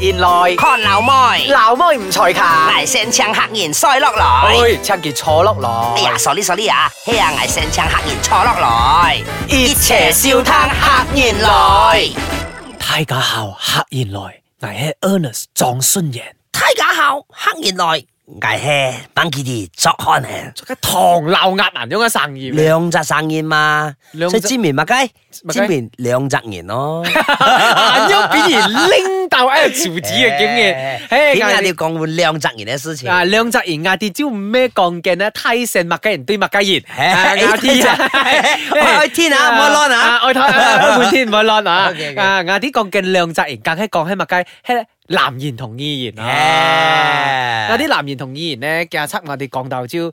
現來，看老妹，鬧妹唔才勤。捱聲唱客言衰落來。哎，趁杰坐落哎呀來，à, ，sorry sorry à, 啊，嘿啊，捱聲唱客言錯落來。熱邪笑嘆客言來，太假校客言來，危吃 Ernest 撞孫贏。太假校客言來，捱嘿班佢哋作看嘿。佢唐鬧壓人，用一生意。兩隻生煙嘛，兩所以隻煎面麥雞，麥雞煎面兩隻煙咯。 眼丘鄙然拎到喺度潮子嘅咁嘅，唉，點解嗌你你要講換兩隻煙嘅事情？啊，梁澤賢壓啲招咩降鏡咧？梯成麥雞人對麥雞嘿賢，啊壓啲 啊，我愛天 À, 啊唔好攣啊我睇我換天唔好攣啊 OK，OK，啊壓啲降鏡梁澤賢，更喺降喺麥雞，係男言同意言啊， Yeah 有啲男言同意言咧，嘅測我哋講到招誒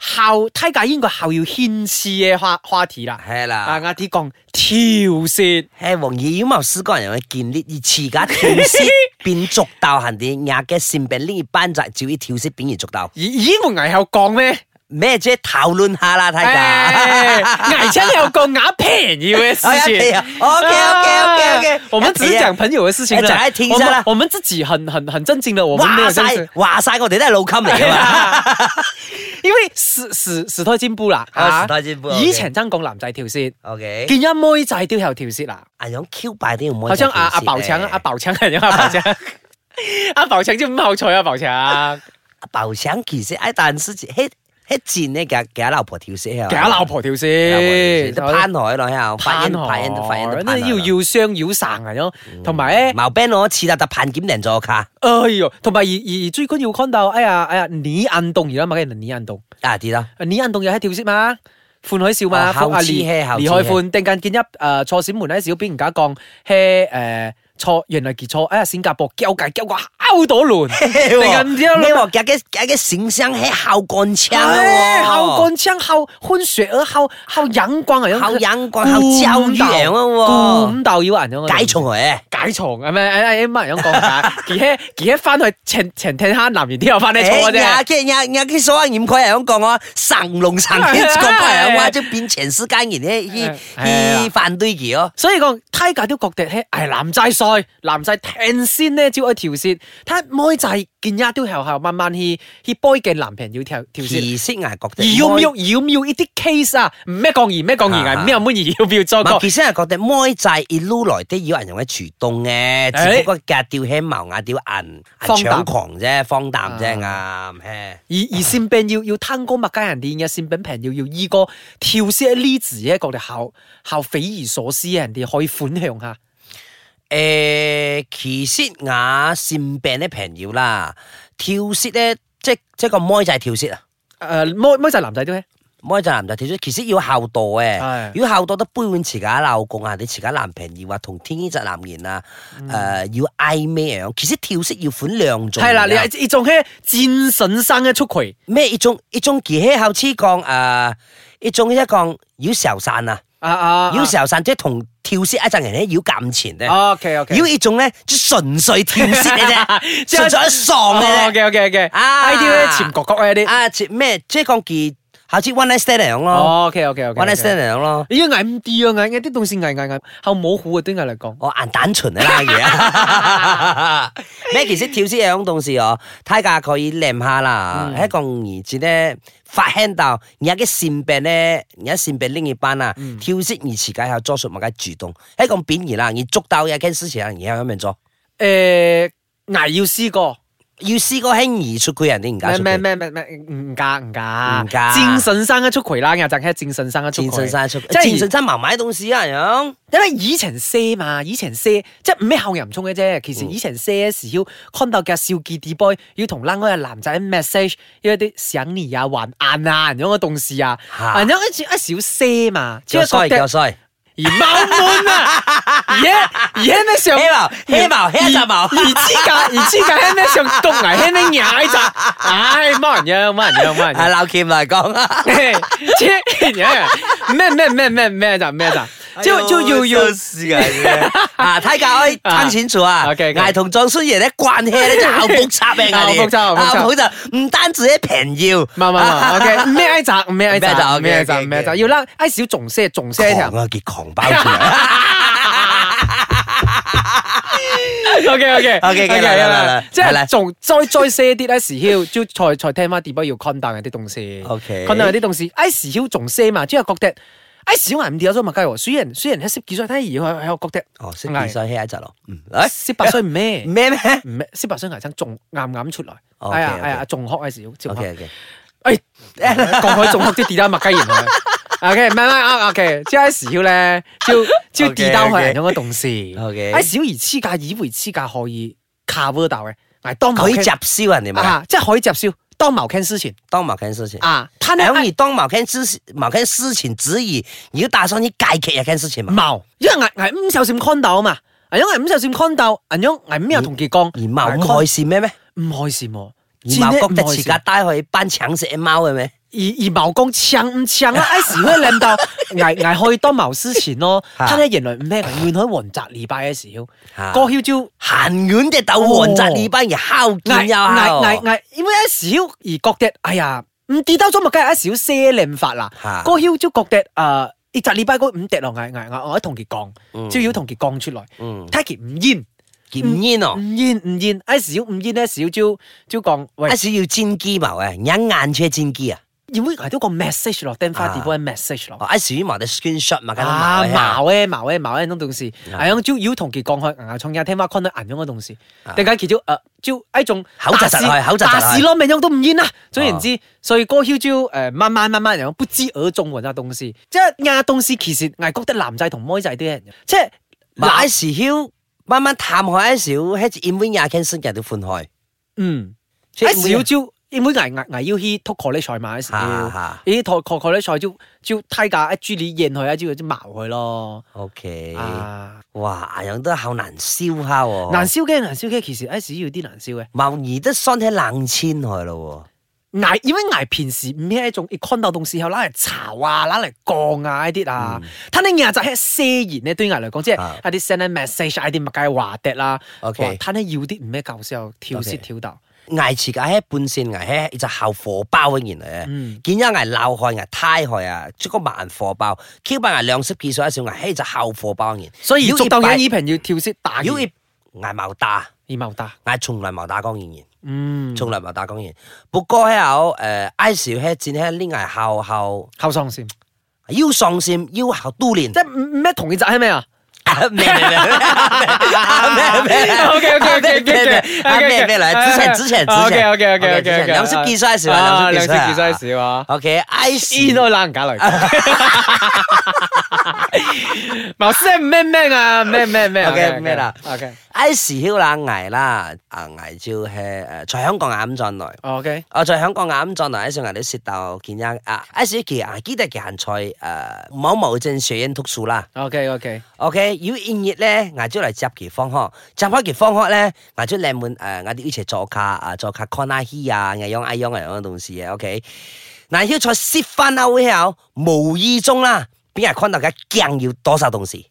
校梯架應該校要牽絲嘅話話題啦，係啦啊壓啲降跳舌。誒，黃義妖貌師個人去見呢，而持家跳 絲變逐斗行啲牙嘅善病呢班仔照啲跳絲變而逐斗咦咦，我危後降咩？咩啫？討論下啦，睇下。哎，矮前有个拿便宜的 事哎呀哎情啊呀。，OK，OK，OK，OK 我们只是讲朋友的事情了，哎讲来听一下啦我们我们自己很很很震惊的，我们没有哎話这样晒子。話晒，我哋都係老襟嚟噶嘛。 因為時時時代進步啦， 啊啊時代進步以前真講男仔跳線， OK，見一妹仔都有跳線啦。阿樣 Q 拜啲唔可以。好像阿阿寶強，哎阿寶強係點啊？阿寶強， 阿寶強就唔好彩啊！寶強，阿寶強其實喺但係喺喺戰呢，嘅嘅老婆跳絲啊。假老婆跳哎有線，冇攀海咯，哎喺度攀攀攀攀，那要要雙要散啊！咁同埋咧。毛病我似達特攀檢人咗卡哎呦，同埋而而最緊要看到，哎呀哎呀，你運動而家咪人你運動，啊啲 啦，你運動又喺跳色嘛，歡海笑啊嘛，後阿知李嘿後知李嘿海歡突然間見一誒錯閃門喺小俾人家講，嘿誒錯原來結錯，哎呀閃夾波交界 交個勾到輪，突然間唔知咩啦。喎？嘅嘅嘅嘅閃聲係後幹槍哎，喎，好光槍，好昏血而好好陽光啊，後引棍後焦魚樣顧啊五道要人樣啊喎，解重佢。解藏係咪？誒誒乜人講 解？而且而且翻去前前艇坑南完之後翻嚟坐嘅啫。呀嘅呀呀嘅所謂掩蓋人講我神龍神天嗰班人話，即變全世界人咧，去去反對佢哦。所以講梯架都覺得咧，係男仔帥，男仔聽先咧，就愛條線。睇妹仔見一都後後慢慢去去波嘅男朋友條條線。其實係覺而得，要唔要要唔要呢啲 case 啊？唔咩降言咩降言啊啊？啊咩妹兒要唔要再唔係降？其實係覺得妹仔一路來都有人用喺廚洞嘅，只不過架吊輕茅牙吊銀，荒搶誕狂啫，荒誕啫啱。嘿而而善病要要攤高麥家人哋嘅善病平要要依個跳線喺呢字咧，覺得好好匪夷所思啊！人哋可以款向下。誒，其實我善病啲朋友啦，跳舌咧，即即個妹仔跳舌啊。誒妹妹仔男仔都係。妹仔男仔跳舌，其實要孝道嘅係，要孝道得背換自家老公啊，你自家男朋友啊，同天呢隻男人啊，誒、要嗌咩樣？其實跳舌要款兩種㗎。係啦，你係一種係戰神生嘅出軌咩一種一種其實後黐講誒，一種一講要受散啊，啊啊要受散即係同跳舌一陣人咧要夾錢咧， ，OK OK，要一種咧即係純粹跳舌嘅 啫， 純粹一爽嘅啫。 OK OK OK，啊呢啲咧潛角角嘅呢啲啊，即咩即係講其後黐 one night stand 嚟樣咯，OK OK OK， ，one night stand 嚟樣咯。你要捱唔啲啊，捱捱啲東西捱捱捱，後冇好啊，對我嚟講，我眼蛋唇啊啦嘢，咩其實跳絲樣東西哦，睇下佢舐下啦，一個兒子咧發輕到，而家嘅善病咧，而家善病拎一班啊，跳絲而持解後作術物嘅主動，一個貶義啦，而捉到嘅 can 事情，而家咁樣做，誒捱要試過。要試過輕易出佢人哋唔解咩出咩佢，咩咩咩唔嫁唔嫁唔嫁戰神生嘅出軌啦，又就係戰神生嘅出軌。戰神山出，即係戰神山麻麻啲東西啊樣，因為以前些嘛，以前些即係唔咩後人衝嘅啫。其實以前些時要看到嘅少傑 D boy 要同另外嘅男仔 message 要一啲想你啊、還眼啊咁樣嘅動事啊，嚇咁樣一少一少些嘛，即又係衰覺又得衰，而貓滿啊，而家而家 咩上希望希望希就而冇。之間而之間喺咩上毒危喺咩踩咋，唉冇人樣冇人樣冇人樣 啊，。劉劍嚟講啊，切人咩咩咩咩咩咋咩咋，就就要要事嘅。 啊，睇下可以攤錢做啊啊，OK，OK 挨同壯孫爺咧慣氣咧 就好複雜嘅，啊我哋好複雜好複雜啊好就唔單止係平要，唔唔唔，OK，咩 挨砸，咩咩挨砸，咋咩挨砸， OK，OK，OK 咩挨砸，要啦，挨少重些，重些一哎條 狂。啊，結狂包住啊。 OK OK，OK，OK OK，來來好啦來即來係仲再再細啲咧，時曉就才才聽翻點解要 condone 嗰啲東西 OK condone 嗰啲東西，哎時曉仲細嘛，即係覺得哎時曉係唔掉咗嘛，雞喎，雖然雖然喺十幾歲睇而我係我覺得哦，識變衰欺一隻咯，嗯，哎十八歲唔咩咩咩唔咩，十八歲牙生仲啱啱出來， OK，係啊 OK 係啊，仲學啊時曉，仲學？OK OK，哎，講開仲學啲地道麥雞言啊 OK，唔係唔係啊，OK，即係時曉咧，就就地道係人嗰個動詞。 OK 哎，小兒痴架以為痴架可以 cover 到嘅，係當佢某件集燒人哋嘛，啊，即係可以接受當某件事情當矛盾事情。啊，他呢然後你當矛盾事矛盾事情之餘，你就打算去解決一件事情嘛？某，因為係係五首線 condo 啊嘛，係因為五首線 condo，係因為五又同佢講，而矛唔開線咩咩？唔開心喎，而矛真係覺得唔開自心己帶去班搶食貓嘅咩？而而某講搶唔搶 啦，哎時會諗到 捱捱開當某事前咯，啊他呢原來唔咩，原來黃澤禮拜嘅時候啊，過曉照。行遠嘅鬥王澤呢班人敲嗌見又敲，嗌嗌，因為一少而覺得，哎呀，唔跌到咗咪梗係一少些念法啦嚇。個曉就覺得，啊誒，呢集禮拜嗰五跌落嗌嗌嗌，我喺同佢講，朝要同佢講出來，嗯，睇佢唔煙劍煙哦唔。煙唔煙，一少唔煙一少朝朝講，喂一，時要煎機嘛喂，人家眼車煎機啊，要唔要都個 message 落，登翻啊啲波 message 落。哦一時要埋啲 screenshot 嘛，梗係啊，冇啊矛咧，矛咧，矛咧，嗰種同事，啊係啊，朝要同佢講開，牙創嘢，聽翻 con 咧，銀樣嘅同事，突然間佢朝誒朝誒呃哎仲啊口窒窒開口窒窒哦開大事咯，命樣都唔冤啦。總言之，所以嗰曉朝誒呃慢慢慢慢嚟講，不知而中喎，那東西，即係亞東西其實係覺得男仔同妹仔啲人，即係 Dạ. 嗱一時曉慢慢探下一時曉，喺住 invite 廿 can 新人都歡開，嗯，即即係係小朝。因為捱捱捱要去托過呢賽馬嘅時啊候啊，咦托托過呢賽朝朝梯架一朱你應佢一招就矛佢咯， OK，啊哇，人都好難燒烤喎，難燒嘅難燒嘅其實 S 要啲難燒嘅。矛而都傷喺冷千去咯挨，因為挨平時唔係一種 condo 動時候攞嚟炒啊，攞嚟降啊呢啲啊，睇你廿就係些言咧，對挨嚟講，即係嗯啊一啲 send 啲 message，一啊啲物計話的啦。 OK 睇你要啲唔咩舊時候跳舌 OK 跳豆，喎，挨自己喺半線挨喺就效火包嘅原來嗯咧，見一挨鬧害挨胎害啊，即個萬火包，Q 八挨兩十幾歲一小挨喺就效火包嘅，所以要逐一當擺人依平要跳舌打妖二孽挨矛打，矛打，挨從來冇打光演員。嗯，從來冇打工人。不過喺後誒，I 時喺戰喺呢挨後後後喪先，腰上線腰後都連即，係唔咩同意就係 咩啊？咩咩咩咩咩 OK，OK，OK，OK，OK，啊咩咩嚟？之前之前之前 OK，OK，OK，OK，OK，兩識幾歲時啊啊？兩兩識識幾幾歲歲時啊？OK，I 呢時都冷 架嚟。冇聲咩咩啊，咩咩咩 OK，咩啦？OK ，I 時曉啦挨啦，啊挨照係誒，在香港啱進來。 OK，我在香港啱進來，喺上嚟啲涉到見一啊，I 時其啊，記得其行在誒某某正學院讀書啦。 OK OK， OK，要現熱咧，捱咗嚟接其方殼，接開其方殼咧，捱咗靚滿誒，捱啲以前坐卡啊，坐卡 corner he 啊，捱樣捱樣捱樣嘅東西嘅，OK。嗱，要再 sit 翻 out 之後，無意中啦，邊日 corner 嘅驚要多少東西？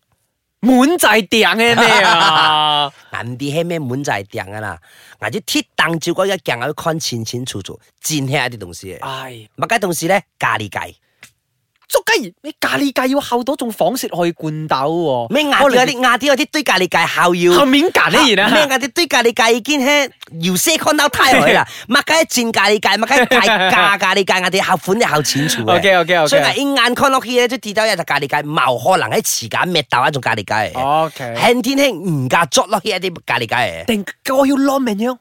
滿仔掟嘅咩 啊？銀啲係咩滿就係掟噶啦，捱啲鐵凳照嗰一鏡喺 con 錢錢處處，戰起一啲東西嘅。唉，物嘅東西咧，咖喱雞，捉雞你咖喱雞要後到仲仿食去灌豆喎，咩牙啲嗰啲牙啲嗰啲堆咖喱雞後要。後面咖喱然咩啊？嗰啲堆咖喱界已經喺搖些 con 到太耐啦，乜嘅賤咖喱界，乜嘅大價咖喱界，我哋後款又後錢儲嘅。 OK，OK，OK 所以我一眼 con 落去咧，都跌到一隻咖喱界，冇可能喺時間滅到一種咖喱界嚟嘅。 OK，輕天輕唔加捉落去一啲咖喱界嚟嘅，定我要攞命樣，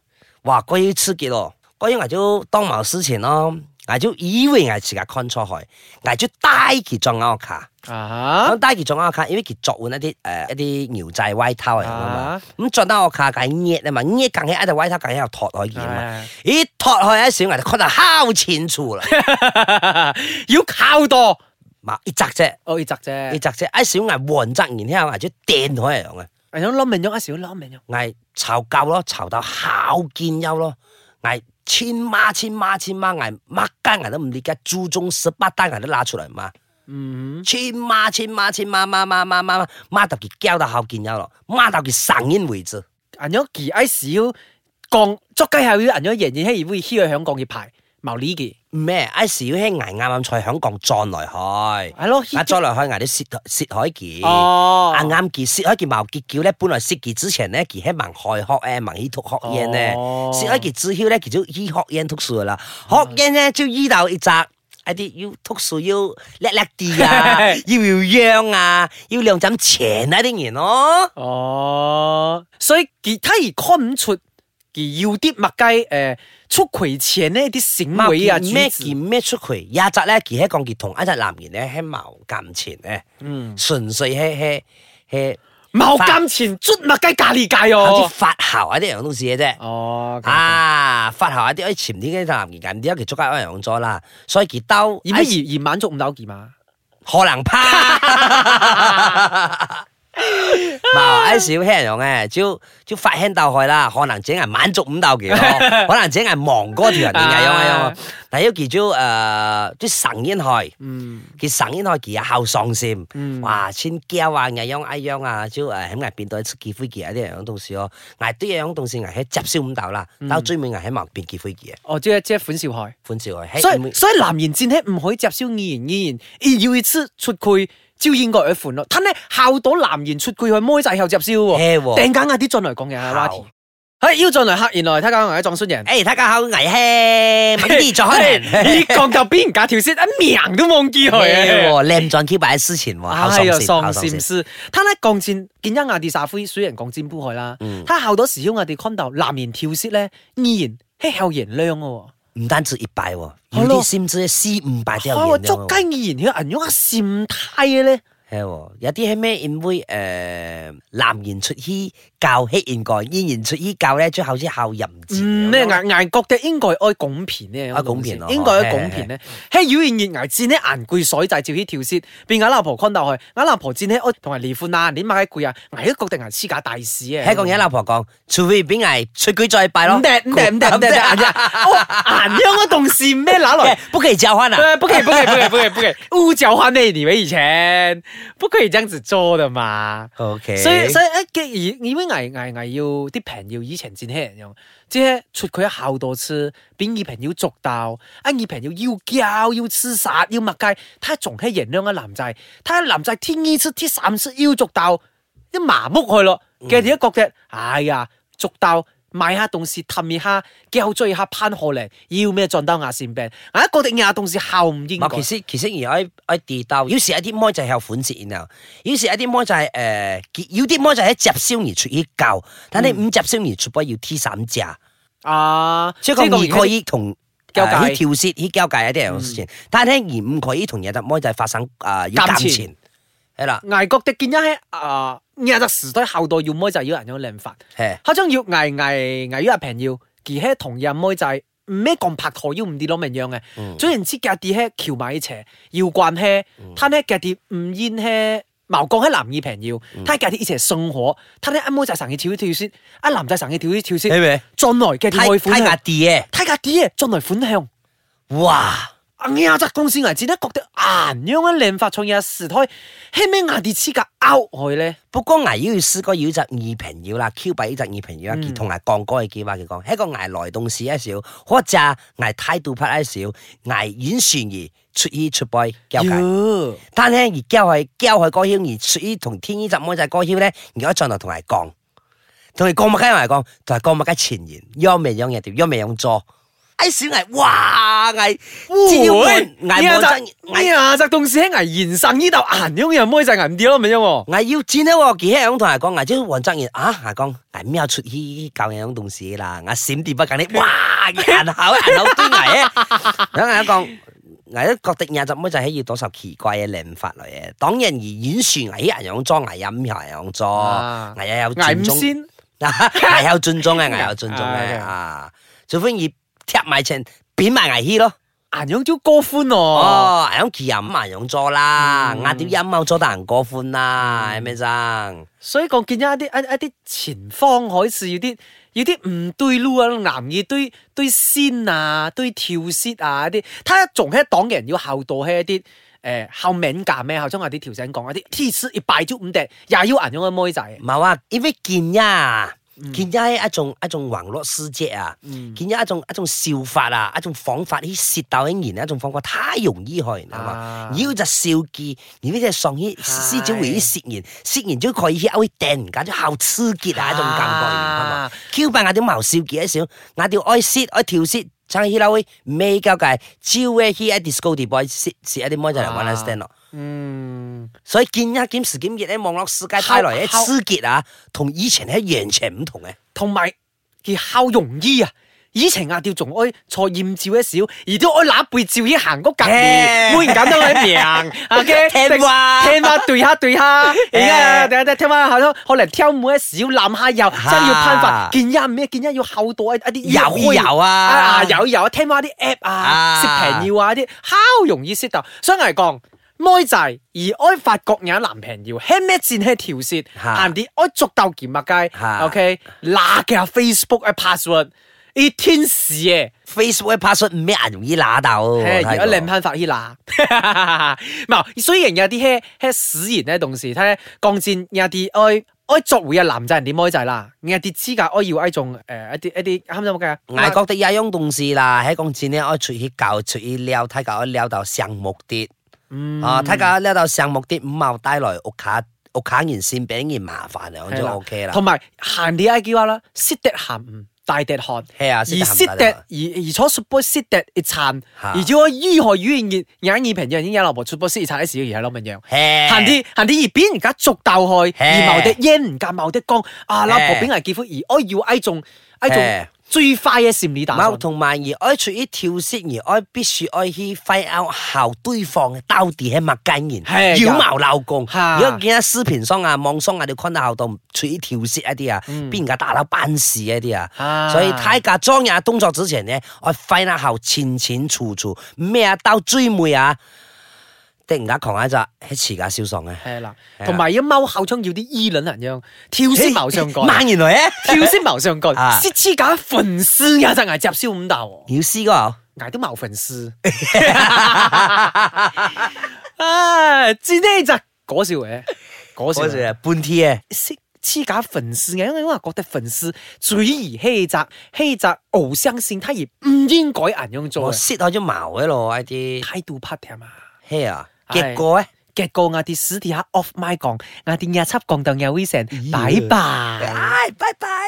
哇！嗰要刺激咯，嗰要我就當冇事情咯，我就以為我時間 con 出去，我就帶佢裝我卡。啊咁帶住咗啱卡，因為佢作換一啲誒、呃一啲搖仔歪頭嚟噶嘛啊，咁作得我卡梗捏啊嘛，捏梗喺一隻歪頭梗喺度托可以啊係 嘛，咦托開一小牙就佢就敲錢處啦，哈，要靠多，嘛一隻啫，我要摘一啫，隻啫，一小牙黃則然之後牙就掟開一樣嘅，係想攞命樣，一時要攞命樣，嗌嘈交咯，嘈到考見憂咯，嗌千孖千孖千孖嗌乜間牙都唔理解，注中十八單牙都拿出嚟嘛。嗯。千孖千孖千孖孖孖孖孖孖到佢交到後見有咯，孖到佢神煙為止。人咗幾 I 少降，作雞係要人咗仍然係會 h 去香港嘅牌，毛呢嘅，咩？一時要輕捱啱啱菜香港撞來開，係咯，啊再來開捱啲薛薛凱傑。哦，啊啱傑薛凱傑冇結叫咧，本來薛傑之前咧，佢喺盲開學誒，盲醫讀學院咧哦，薛凱傑之後咧，佢就醫學院讀書啦，學院咧就醫到一扎。一啲要讀書要叻叻啲啊， 要要央啊，要兩針錢啊啲人咯。哦，所以佢他而看唔出佢要啲乜雞誒出軌前呢啲行嘛為啊，佢咩舉止件咩出佢，有一集咧，佢喺講佢同一隻男人咧喺謀間前咧，嗯，純粹喺喺喺冇咁前出乜雞咖喱界好哦似，發姣啊啲樣東西嘅啫。哦，啊，發姣啊啲，哎前啲嘅男人咁，點解佢捉奸一樣咗啦？所以佢兜而咩而而滿足唔到佢嘛？可 能怕。冇，一少輕人嘅，就就發輕到去啦，可能整人滿足唔到 佢咯，可能整人忙嗰條人點解樣啊樣？但係佢就誒，即神煙害。嗯佢生意開佢啊後上線，嗯哇千嬌啊，嗌樣嗌樣啊，就誒喺外邊度出結婚嘅啊啲樣東西哦，嗌啲樣東西嗌喺執燒五豆啦，到最尾嗌喺旁邊結婚嘅哦，即係即係款少害。款少係，所以所以男人戰係唔可以接受二言二言，而要一次出佢招應該嘅款咯。但係孝到男人出佢去妹仔後接受喎，嘿喎，掟緊嗌啲進來講嘅阿 Watty 孝。係要進來客，原來睇下我係撞衰人。誒大家好危輕，冇啲咗可能。咦，講到邊人家條線一命都忘記嘿佢。喎，靚撞 keep 喺之前喎，後上哎呀，線，後上喪禪線，師，他咧降戰見一亞啲沙灰，水人降戰杯海啦。他後到時要亞啲坤豆，男人跳舌咧，依然係後人亮嘅喎。唔單止一拜喎，有係咯啲先知四五拜都有哎我影響捉雞喎。依然佢人用下閃態嘅咧。係喎，有啲係咩？因為誒男人出衣教欺應該，依然出衣教咧，最後之後淫字。嗯，咩顏顏國嘅應該愛拱片呢？愛拱片咯應該愛拱片呢。喺妖言熱牙戰呢，顏攰水就係照起跳先，變眼老婆坤鬥去，眼老婆戰呢，我同人離婚啊，你買攰啊，捱一個定係黐架大事啊！香港嘢老婆講，除非俾危，出佢再拜咯。 唔得唔得唔得唔得，顏啫，我顏央嗰同事咩拿來 哎，？不可以交換 啊！呃不可以不可以不可以不可以 不可以，污交換呢？你們以前不可以這樣子做的嘛？ OK，所以所以一嘅而因為危危危要啲朋友以前戰欺人用，即係出佢孝道痴，變二朋友捉到，啊二朋友要教要黐殺要物街，他仲係人兩個男仔，他男仔天衣痴天三痴要捉到，一麻木去咯，嘅一覺得，哎呀捉到。買下東西氹下，叫追下攀河嚟，要咩撞到牙線病，啊覺得牙東西孝唔應該嗱，。其實其實而我我地道，有時一啲妹就係有款式，然後有時一啲妹就係誒，有啲妹就係接燒而出依教，但嗯係唔接燒而出不要 T 三隻，啊，即即係係講佢可以同。交界嗯誒去跳舌，去交界一啲樣事情，但係而唔可以同有啲妹就係發生誒要監減前錢，係啦，外國的見一喺啊，亞特時代後代要妹仔要人有靚法，係佢將要捱捱捱要阿平要，而喺同日妹仔咩咁拍拖要唔啲攞命樣嘅，嗯總言之嘅啲喺橋埋一齊，要慣喺，攤喺嘅啲唔煙喺。矛降喺男二平要，他嘅啲以前送火，他啲阿妹仔成日跳一跳先，阿男仔成日跳一跳先，咪？進來嘅啲太外太款啊壓向，啲嘅，睇下啲嘢進來款向。哇！啊！亞洲公司危只咧覺得啊，樣樣靚發創意時代，係咩亞啲黐架 out 佢咧？不過危要試過要隻二平要啦，Q 幣呢隻二平要啦，嗯佢同埋降哥嘅計劃佢講，一個危來動事一少，或者危態度拍一少，危演船而出衣出背交界，喲但係而交係交係歌謠而出衣同天衣隻妹仔歌謠咧，而家進來同危降，同佢降乜雞嚟講，同係降乜雞前言，央未央日條，央未央座，哎小危哇危，只要喂門危冇真危。亞洲公司喺危延生呢度，啊樣樣妹就危唔掂咯，咪因喎。我要戰呢喎，幾香同人講，我即黃澤言啊，我講我喵出去教樣東西啦，我閃電不 緊啲，哇，人口人口端危啊！等我講，我都覺得廿隻妹仔喺要多受奇怪嘅靚法嚟嘅，當然而演算危人樣裝，危飲人樣裝啊，危有危盡唔忠，先， 危有盡 忠嘅，危有盡忠嘅啊啊，最歡以貼埋情，扁埋危氣咯。啊樣都高歡哦。哦，咁其飲埋樣咗啦，壓啲陰謀咗，但人過歡啦，係咪生？所以講見咗一啲一一啲前方海事，要啲要啲唔對路啊，男嘅對對先啊，對跳舌啊一啲，他仲係一黨嘅人要孝道係一啲。誒後面㗎咩？後將我啲條聲講一啲，T 恤一擺就唔得，也要銀樣嘅妹仔。冇啊，因為見呀，見咗一種一種網絡世界啊，見咗一種一種笑法啊，一種方法去舌鬥語言一種方法，太容易去，係嘛啊？要就笑記，而呢隻上去施展會啲舌言，舌言就可以去勾去掟人家，就好刺激啊！一種感覺，係嘛啊？Q 版我啲毛笑記一少，我條愛舌愛調舌。撐起樓去，未夠計，朝嘅去喺 disco 啲 boy，蝕蝕一啲妹就嚟玩下 stand 咯。嗯，所以見一檢時檢熱咧，網絡世界帶來嘅思傑啊，同以前係完全唔同嘅。同埋佢好容易啊！以前阿吊仲愛坐艷照一少，而都愛拿背照已經行嗰隔嘿年，每人揀得我 一名，OK？聽話 聽話對下對下，而 嘿家等下聽下下咯，可能挑每一少攬下又真要攀啊發，見一唔咩見一要後到一啲有開有啊啊有有，聽翻啲 app 啊啊，識平要啊啲，好容易識到。所以我嚟講，妹仔而愛法國眼男平要，輕咩戰輕條舌，嚇行啲愛逐鬥劍麥街嚇，OK，嗱嘅 Facebook 嘅 password，依天使嘅。 Facebook 嘅 password 唔咩人容易拿到，嘿，而家睇過靚攀法醫 啦，嗱，雖然有啲嘿嘿死言咧，同時睇降戰有啲愛愛作為嘅男仔人啲妹仔啦，有啲資格愛要挨種誒一啲一啲啱唔啱嘅？外國的也用動事啦，喺講戰呢，我出去教出去撩，睇教我撩到上目的，嗯啊，睇教我撩到上目的，五毛帶來屋卡屋卡件線俾件麻煩啊，我就 OK 啦同。埋行啲 I Q 啦，識得行唔大滴汗，係啊而識得行唔識大滴得汗而而坐雪波識得一餐，嚇而只可以如何語言熱眼耳平熱已經有羅伯雪波識一餐嘅事，而係攞乜樣？行閒啲行啲而俾人家逐鬥去，嘿而某啲煙唔夾某啲光，啊老婆俾人結婚而我要挨種挨嘿種最快嘅閃你打冇算。同埋而愛處於跳色，而愛必須愛去 find out 後對方到底係乜根源，係妖毛漏共。嚇如果見到視頻上啊、網上啊，你看到後度處於跳色一啲啊，嗯邊人家打到班事一啲啊，啊所以睇架裝嘢動作之前呢，我 find out 後前前處處咩啊到追妹啊，突然間狂一隻喺持架啊燒喪嘅，係啦係，啦同埋一踎口窗要啲衣領人樣，跳先謀上蓋，萬原來咧，跳先謀上蓋啊，識黐架粉絲呀就挨接燒咁大喎。要試過。挨都冇粉絲。啊，知呢就嗰笑嘅，嗰笑嗰嘅時係半天識黐假粉絲嘅，因為我覺得粉絲主而欺詐，欺詐傲相信他而唔應該人樣我做嘅， sit 開咗毛喺度一啲態度 part 啊嘛。 hair，係結果啊咧。結果我哋私底下 off my 講，我哋廿七講到有 vision，拜拜。哎，拜拜。